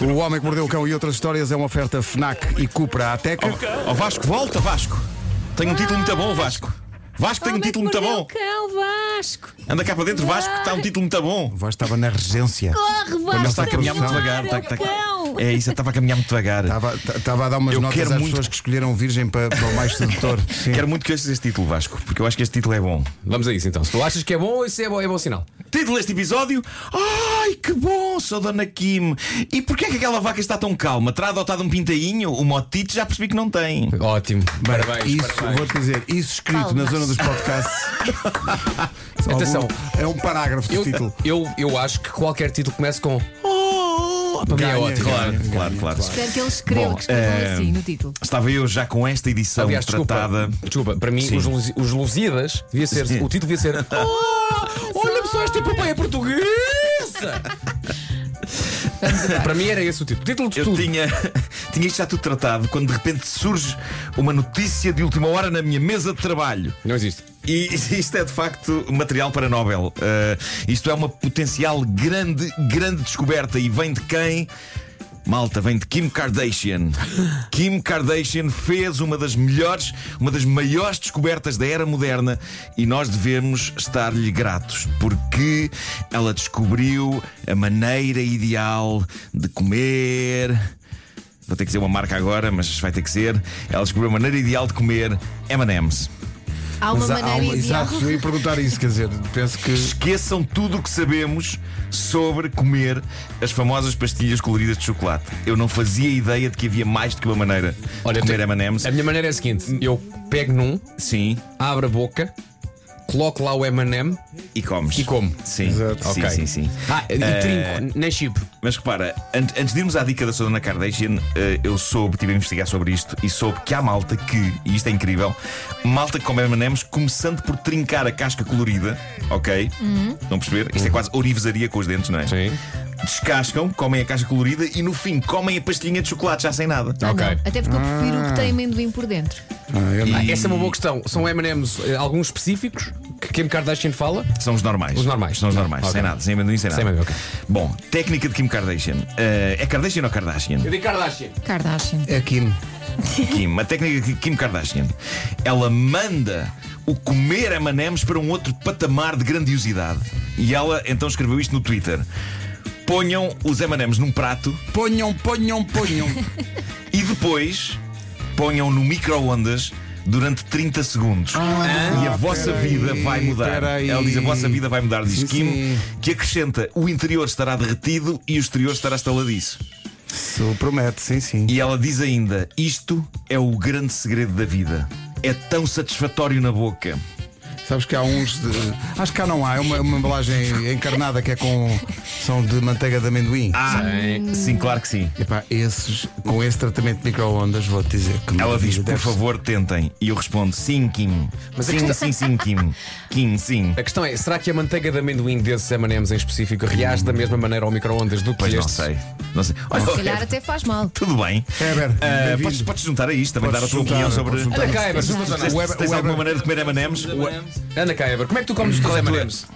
O Homem que Mordeu o Cão e outras histórias é uma oferta FNAC e Cupra Ateca. Ó Vasco, volta Vasco. Tem um título muito bom, Vasco. Vasco tem um Homem que título muito mordeu bom. o Cão, Vasco. Anda cá para dentro, Vasco, está um título muito bom. Vasco estava na regência. Corre, Vasco. ele Está a caminhar muito agora, devagar. Está, está- cão. É isso, eu estava a caminhar muito devagar. Estava, estava a dar umas Eu notas às quero muito- pessoas que escolheram o Virgem para, para o mais sedutor. Sim. Quero muito que ouças este título, Vasco, porque eu acho que este título é bom. Vamos a isso então. Se tu achas que é bom, isso é bom, é bom sinal. Título deste episódio: Ai que bom, sou Dona Kim. E porquê é que aquela vaca está tão calma? Terá adotado um pintainho, um otite? Já percebi que não tem. Ótimo. Parabéns. Isso, parabéns. vou-te dizer, isso escrito na Palmas. zona dos podcasts. Atenção. Algum- é um parágrafo de Eu, título. eu, eu acho que qualquer título começa com. Oh, Para mim é Ganha, ótimo. ganha. Claro, claro, claro. Espero que ele escreveu, Bom, que escreveu eh, assim no título. Estava eu já com esta edição Aliás, desculpa, tratada. desculpa, para mim, Sim. os, Lusi- os Lusíadas devia ser. Sim. O título devia ser. Oh, olha só esta papai portuguesa! para mim era esse o título. Título de Eu tudo. tinha, tinha isto já tudo tratado quando de repente surge uma notícia de última hora na minha mesa de trabalho. Não existe. E isto é de facto material para Nobel. Eh, isto é uma potencial grande, grande descoberta. E vem de quem? Malta, vem de Kim Kardashian. Kim Kardashian fez uma das melhores, uma das maiores descobertas da era moderna e nós devemos estar-lhe gratos porque ela descobriu a maneira ideal de comer. Vou ter que dizer uma marca agora, mas vai ter que ser. Ela descobriu a maneira ideal de comer M&M's. Há uma Mas há- há maneira uma- ideal. Exato, eu ia perguntar isso, quer dizer, penso que. Esqueçam tudo o que sabemos sobre comer as famosas pastilhas coloridas de chocolate. Eu não fazia ideia de que havia mais do que uma maneira Olha, de comer eu tenho- M&M's. A minha maneira é a seguinte: eu pego num, Sim, abro a boca, coloco lá o MM. e comes. E como? Sim, Exato. sim, Ok. sim, sim. Eh, Ah, e trinco, nem chip. Mas repara, an- antes de irmos à dica da sua Dona Kardashian, eh, eu soube, tive a investigar sobre isto e soube que há malta que, e isto é incrível, malta que come M&M's começando por trincar a casca colorida, ok? Estão a perceber? Isto é quase ourivesaria com os dentes, não é? Uhum. Sim. Descascam, comem a casca colorida e no fim comem a pastilhinha de chocolate já sem nada. Ah, Ok. não, Até porque eu prefiro o que tem amendoim por dentro. Ah, eu não- Ah, essa é uma boa questão. São MMs, eh, alguns específicos que Kim Kardashian fala? São os normais. Os normais. São os normais, Ok. sem nada, sem amendoim, sem nada. Sem amendoim, ok. Bom, técnica de Kim Kardashian. Eh, é Kardashian ou Kardashian? Eu digo Kardashian. Kardashian. É Kim. Kim, a técnica de Kim Kardashian. Ela manda o comer M&M's para um outro patamar de grandiosidade. E ela então escreveu isto no Twitter. Ponham os M&M's num prato Ponham, ponham, ponham. e depois ponham no micro-ondas durante 30 segundos. e a vossa vida vai mudar. peraí. Ela diz: a vossa vida vai mudar. Diz Sim, Kim sim. que acrescenta: o interior estará derretido e o exterior estará estaladiço. Isso promete, sim, sim. E ela diz ainda: isto é o grande segredo da vida. É tão satisfatório na boca. Sabes que há uns. de- Acho que cá não há. É uma, uma embalagem encarnada que é com. São de manteiga de amendoim. Ah, sim, claro que sim. Epá, esses, com esse tratamento de micro-ondas, vou-te dizer que. Ela diz, por deve- favor, tentem. E eu respondo, sim, Kim. Mas a sim, questão- sim, sim, Kim. Kim, sim. A questão é, será que a manteiga de amendoim desses M&M's em específico reage da mesma maneira ao micro-ondas do que Pois não estes? sei. Não sei. Olha, Se calhar até faz mal. tudo bem. Heber, Ah, bem-vindo. podes, podes juntar a isto, também Podes dar a tua juntar, opinião sobre. podes juntar. Ana Kaiber, Tens, O Heber- tens o um, alguma Heber- maneira de comer M&M's? Ana Kaiber, como é que tu comes os M&M's?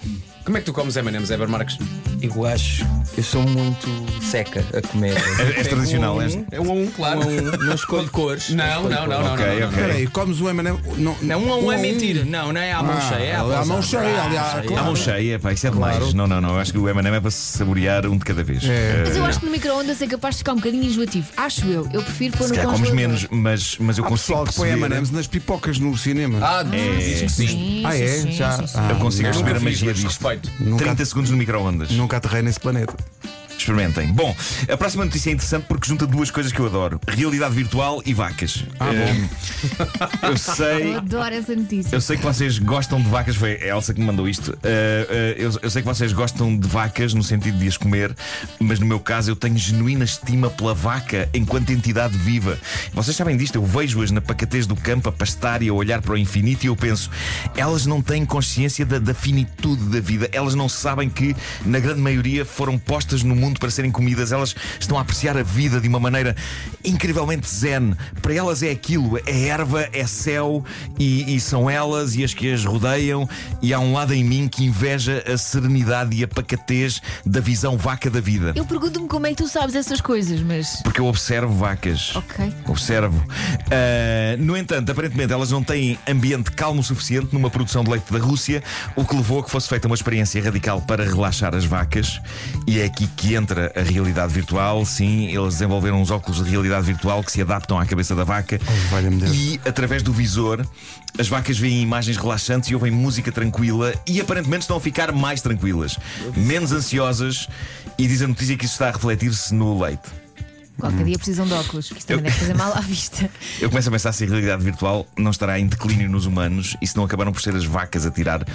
Como é que tu comes M&M's, Eber Marques? Eu acho, eu sou muito seca a comer. É, é tradicional um, esta. É um a um, claro. não escolho cores. Não, não, não, não, Ok, não, não, ok. não. Espera aí, comes um M&M. Não, Não, um a um é mentira. Não, não é à mão Ah, cheia. É à à bolsa. mão cheia, Ah, aliás, cheia. À mão cheia, pá, isso é demais. Não, não, não. Eu acho que o M&M é para se saborear um de cada vez. É. Mas eu Eh, acho que no micro-ondas é capaz de ficar um bocadinho enjoativo. Acho eu. Eu prefiro pôr Se no calhar comes congelador. menos, mas, mas eu Há consigo pessoal que põe perceber. M&M's nas pipocas no cinema. É, Ah, dizes que sim. Sim, Ah, sim, é? sim, Já. sim, sim. Ah, Eu consigo não. perceber a Nunca fiz, magia mas disto. respeito. 30 eh, segundos no micro-ondas. Nunca aterrei nesse planeta. Experimentem. Bom, a próxima notícia é interessante porque junta duas coisas que eu adoro: realidade virtual e vacas. Ah, bom. Eu sei. Eu adoro essa notícia. Eu sei que vocês gostam de vacas, foi a Elsa que me mandou isto. Uh, uh, eu, eu sei que vocês gostam de vacas no sentido de as comer, mas no meu caso eu tenho genuína estima pela vaca enquanto entidade viva. Vocês sabem disto, eu vejo-as na pacatez do campo a pastar e a olhar para o infinito e eu penso, elas não têm consciência da, da finitude da vida, elas não sabem que, na grande maioria, foram postas no mundo mundo para serem comidas. Elas estão a apreciar a vida de uma maneira incrivelmente zen. Para elas é aquilo: é erva, é céu, e, e são elas e as que as rodeiam. E há um lado em mim que inveja a serenidade e a pacatez da visão vaca da vida. Eu pergunto-me como é que tu sabes essas coisas, mas. Porque eu observo vacas. Ok. Observo. Ah, no entanto, aparentemente elas não têm ambiente calmo o suficiente numa produção de leite da Rússia, o que levou a que fosse feita uma experiência radical para relaxar as vacas. E é aqui que entra a realidade virtual. Sim, eles desenvolveram uns óculos de realidade virtual que se adaptam à cabeça da vaca. valha-me Deus. E através do visor, as vacas veem imagens relaxantes e ouvem música tranquila e aparentemente estão a ficar mais tranquilas, menos ansiosas. E diz a notícia que isso está a refletir-se no leite. Qualquer dia precisam de óculos, que isto também Eu- deve fazer mal à vista. Eu começo a pensar se a realidade virtual não estará em declínio nos humanos e se não acabaram por ser as vacas a tirar, a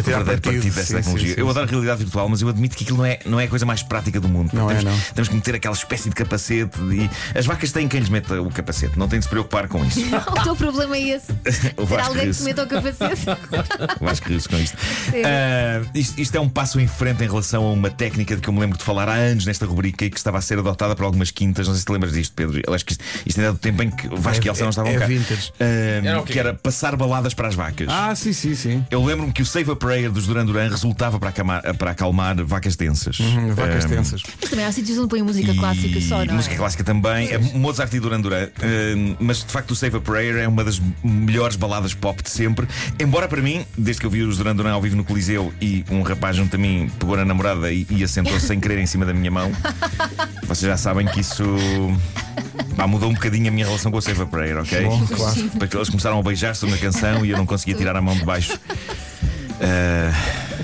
tirar verdadeiro partido, partido, dessa sim, tecnologia. sim, sim, eu adoro a realidade virtual, mas eu admito que aquilo não é, não é a coisa mais prática do mundo. Não é, temos, não. temos que meter aquela espécie de capacete e as vacas têm quem lhes meta o capacete, não têm de se preocupar com isso. o teu problema é esse. O Ter Vasco alguém que riu-se. te meta o capacete. Eu acho que riu-se com isto. Ah, isto. Isto é um passo em frente em relação a uma técnica de que eu me lembro de falar há anos nesta rubrica e que estava a ser adotada por algumas quintas. Não sei se te lembras disto, Pedro. Eu acho que isto, isto ainda é do tempo em que o Vasco É- e Elsa não estavam é cá. vintage. Ah, Era o quê? que era passar baladas para as vacas. Ah, sim, sim, sim. Eu lembro-me que o Save a Prayer dos Duran Duran resultava para acalmar, para acalmar vacas tensas. Hum, Vacas Ah, tensas. Mas também há sítios onde põem música e clássica só, não música é? clássica também. É Mozart e Duran Duran. Hum, mas de facto, o Save a Prayer é uma das melhores baladas pop de sempre. Embora para mim, desde que eu vi os Duran Duran ao vivo no Coliseu e um rapaz junto a mim pegou na namorada e, e assentou-se sem querer em cima da minha mão, vocês já sabem que isso. pá, mudou um bocadinho a minha relação com o Save a Prayer, ok? Bom, claro. Depois que eles começaram a beijar-se na canção e eu não conseguia tirar a mão de baixo. Ah,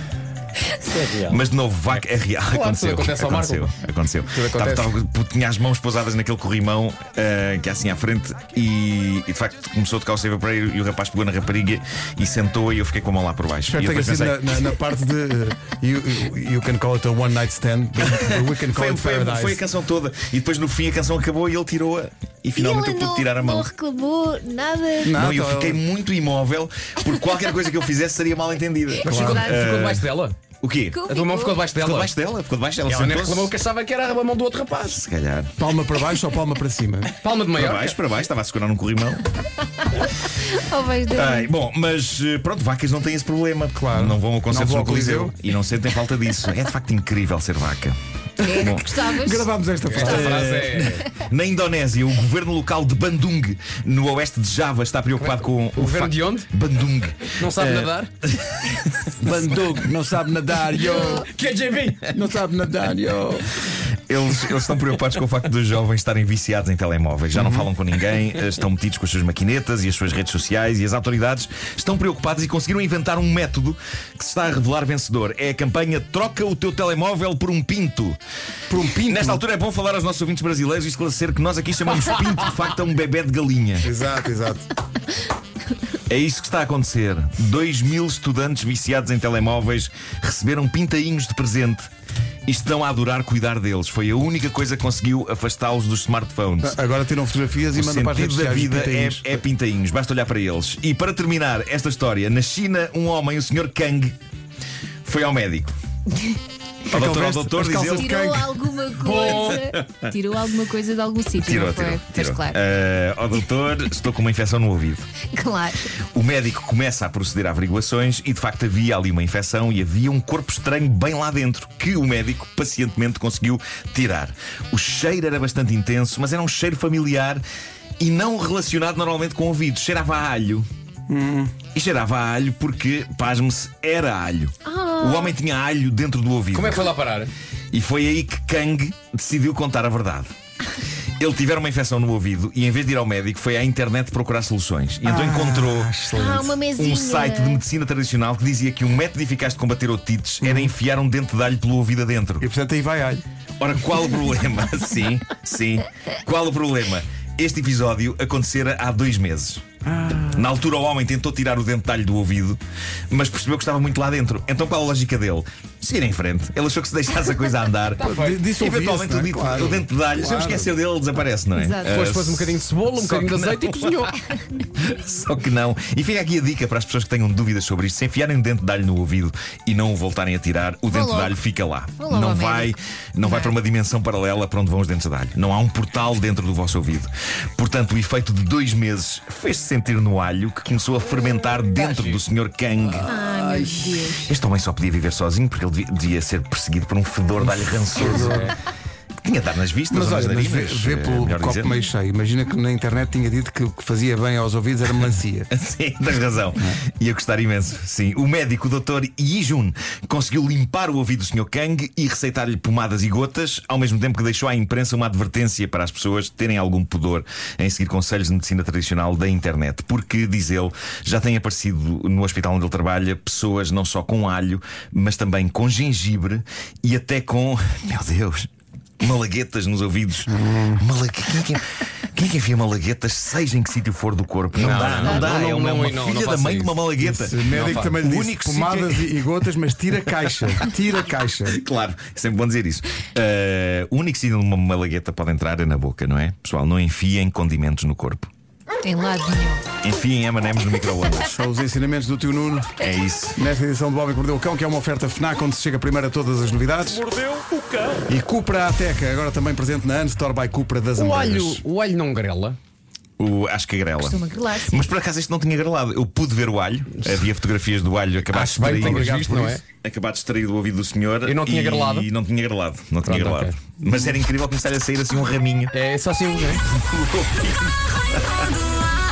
mas de novo, vaca é real. aconteceu. tudo acontece ao Marco. aconteceu. aconteceu. Tudo acontece. Tava- tava- tinha as mãos pousadas naquele corrimão ah, que é assim à frente e, e, de facto começou a tocar o Save a Prayer e o rapaz pegou na rapariga e sentou e eu fiquei com a mão lá por baixo. Espero e que eu tenha sido depois pensei, na, na- na parte de uh, you, you- you can call it a one night stand, but we can call foi, um- it foi- paradise. foi a canção toda e depois no fim a canção acabou e ele tirou-a e E finalmente eu ela pude não- tirar a mão. Não reclamou nada. Não, Não, eu tá- fiquei muito imóvel porque qualquer coisa que eu fizesse seria mal entendida. Mas ficou, ficou debaixo dela? O quê? Ficou Ficou- A tua mão Então ficou debaixo dela? debaixo dela, ficou debaixo dela. Ela nem sentou-se. reclamou que achava que era a mão do outro rapaz. Se calhar. Palma para baixo ou palma para cima? Palma de Para maior. baixo, para baixo, estava a segurar num corrimão. Oh, vais dar. Ai, bom, mas eh, pronto, vacas não têm esse problema. Claro. Não vão a concertos Não vão no ao Coliseu. Coliseu e não sentem falta disso. É de facto incrível ser vaca. Bom, Gostavas? Gravámos esta Esta frase. frase é. na Indonésia, o governo local de Bandung, no oeste de Java, está preocupado com o governo fa- de onde? Bandung. Eh, Não sabe nadar? Bandugo, não sabe nadar, yo. Que é JB? Não sabe nadar, yo. Eles, eles estão preocupados com o facto dos jovens estarem viciados em telemóveis. Uhum. Já não falam com ninguém, eh, estão metidos com as suas maquinetas e as suas redes sociais e as autoridades estão preocupadas e conseguiram inventar um método que se está a revelar vencedor. É a campanha Troca o teu telemóvel por um pinto. Por um pinto. Nesta altura é bom falar aos nossos ouvintes brasileiros e esclarecer que nós aqui chamamos pinto de facto a um bebê de galinha. Exato, exato. É isso que está a acontecer. 2 mil estudantes viciados em telemóveis receberam pintainhos de presente e estão a adorar cuidar deles. Foi a única coisa que conseguiu afastá-los dos smartphones. Agora tiram fotografias Ah, e O mandam para as redes sentido da sociais vida e é, pintainhos. é pintainhos, basta olhar para eles. E para terminar esta história, na China, um homem, o Sr. Kang, foi ao médico. Ao Aquele doutor, ao veste, doutor, as calças de diz ele. Tirou Cake. alguma coisa. Tirou alguma coisa de algum sítio, Tirou, não foi? tirou. Pois tirou. claro. Eh, Ó doutor, estou com uma infecção no ouvido. Claro. O médico começa a proceder a averiguações e de facto havia ali uma infecção e havia um corpo estranho bem lá dentro que o médico pacientemente conseguiu tirar. O cheiro era bastante intenso, mas era um cheiro familiar e não relacionado normalmente com o ouvido. Cheirava a alho. Hum. E cheirava a alho porque, pasme-se, era alho. O homem tinha alho dentro do ouvido. Como é que foi lá parar? E foi aí que Kang decidiu contar a verdade. Ele tiver uma infecção no ouvido e, em vez de ir ao médico, foi à internet procurar soluções. E então encontrou Ah, uma mesinha. um site de medicina tradicional que dizia que um método eficaz de combater otites era enfiar um dente de alho pelo ouvido adentro. E portanto aí vai alho. Ora, qual o problema? sim, sim. Qual o problema? Este episódio acontecera há dois meses. Na altura, o homem tentou tirar o dentalho do ouvido, mas percebeu que estava muito lá dentro. Então, qual a lógica dele? seguir em frente. Ele achou que se deixasse a coisa a andar. feito. Disso ouvia-se, Eventualmente não o é? dito- Claro. o dente de alho, se eu Claro. esquecer dele, ele desaparece, não é? Exato. Ah, Pois Depois pôs um bocadinho de cebola, um bocadinho de que azeite e cozinhou. Só que não. E fica aqui a dica para as pessoas que tenham dúvidas sobre isto: se enfiarem um dente de alho no ouvido e não o voltarem a tirar, o dente logo. de alho fica lá. Vá logo não ao vai, médico. não vai Não. é? para uma dimensão paralela para onde vão os dentes de alho. Não há um portal dentro do vosso ouvido. Portanto, o efeito de dois meses fez-se sentir no alho que começou a fermentar dentro do Sr. Kang. Hum, tá Ai, meu Deus. Este homem só podia viver sozinho porque ele devia, devia ser perseguido por um fedor de alho rançoso. É. que tinha de dar nas vistas, Mas ou nas olha, é mas vê, narinas, vê eh, pelo melhor copo dizendo. meio cheio. Imagina que na internet tinha dito que o que fazia bem aos ouvidos era melancia. Sim, tens razão. Ia gostar imenso. Sim. O médico, o doutor Yi Jun, conseguiu limpar o ouvido do Sr. Kang e receitar-lhe pomadas e gotas, ao mesmo tempo que deixou à imprensa uma advertência para as pessoas terem algum pudor em seguir conselhos de medicina tradicional da internet. Porque, diz ele, já tem aparecido no hospital onde ele trabalha pessoas não só com alho, mas também com gengibre e até com. Meu Deus! Malaguetas nos ouvidos. Malague... Quem, é que... Quem é que enfia malaguetas, seja em que sítio for do corpo? Não, dá, não, dá. não, é uma, não, uma não, não filha da faça mãe de uma isso. malagueta. O médico também lhe O disse único pomadas e e gotas, mas tira a caixa. Tira a caixa. Claro, é sempre bom dizer isso. Eh, o único sítio onde uma malagueta pode entrar é na boca, não é? Pessoal, não enfiem condimentos no corpo. Tem lado nenhum. Enfiem M&M's no microondas. São os ensinamentos do tio Nuno É isso. nesta edição do Homem que Mordeu o Cão, que é uma oferta FNAC onde se chega primeiro a todas as novidades. Mordeu o cão. E Cupra Ateca, agora também presente na Unstore by Cupra das O Amoreiras. alho, o alho não grela. O, acho que grela. Costuma grelar, sim. Mas por acaso este não tinha grelado. Eu pude ver o alho. Havia fotografias do alho acabado Acho de bem que extrair. tenhas Obrigado visto, por não é? isso. Acabado de extrair do ouvido do senhor. E não tinha e- grelado? E não tinha grelado. Não tinha Pronto, grelado. ok. assim Mas era incrível começar a sair assim um raminho. É só assim, não é? Come on,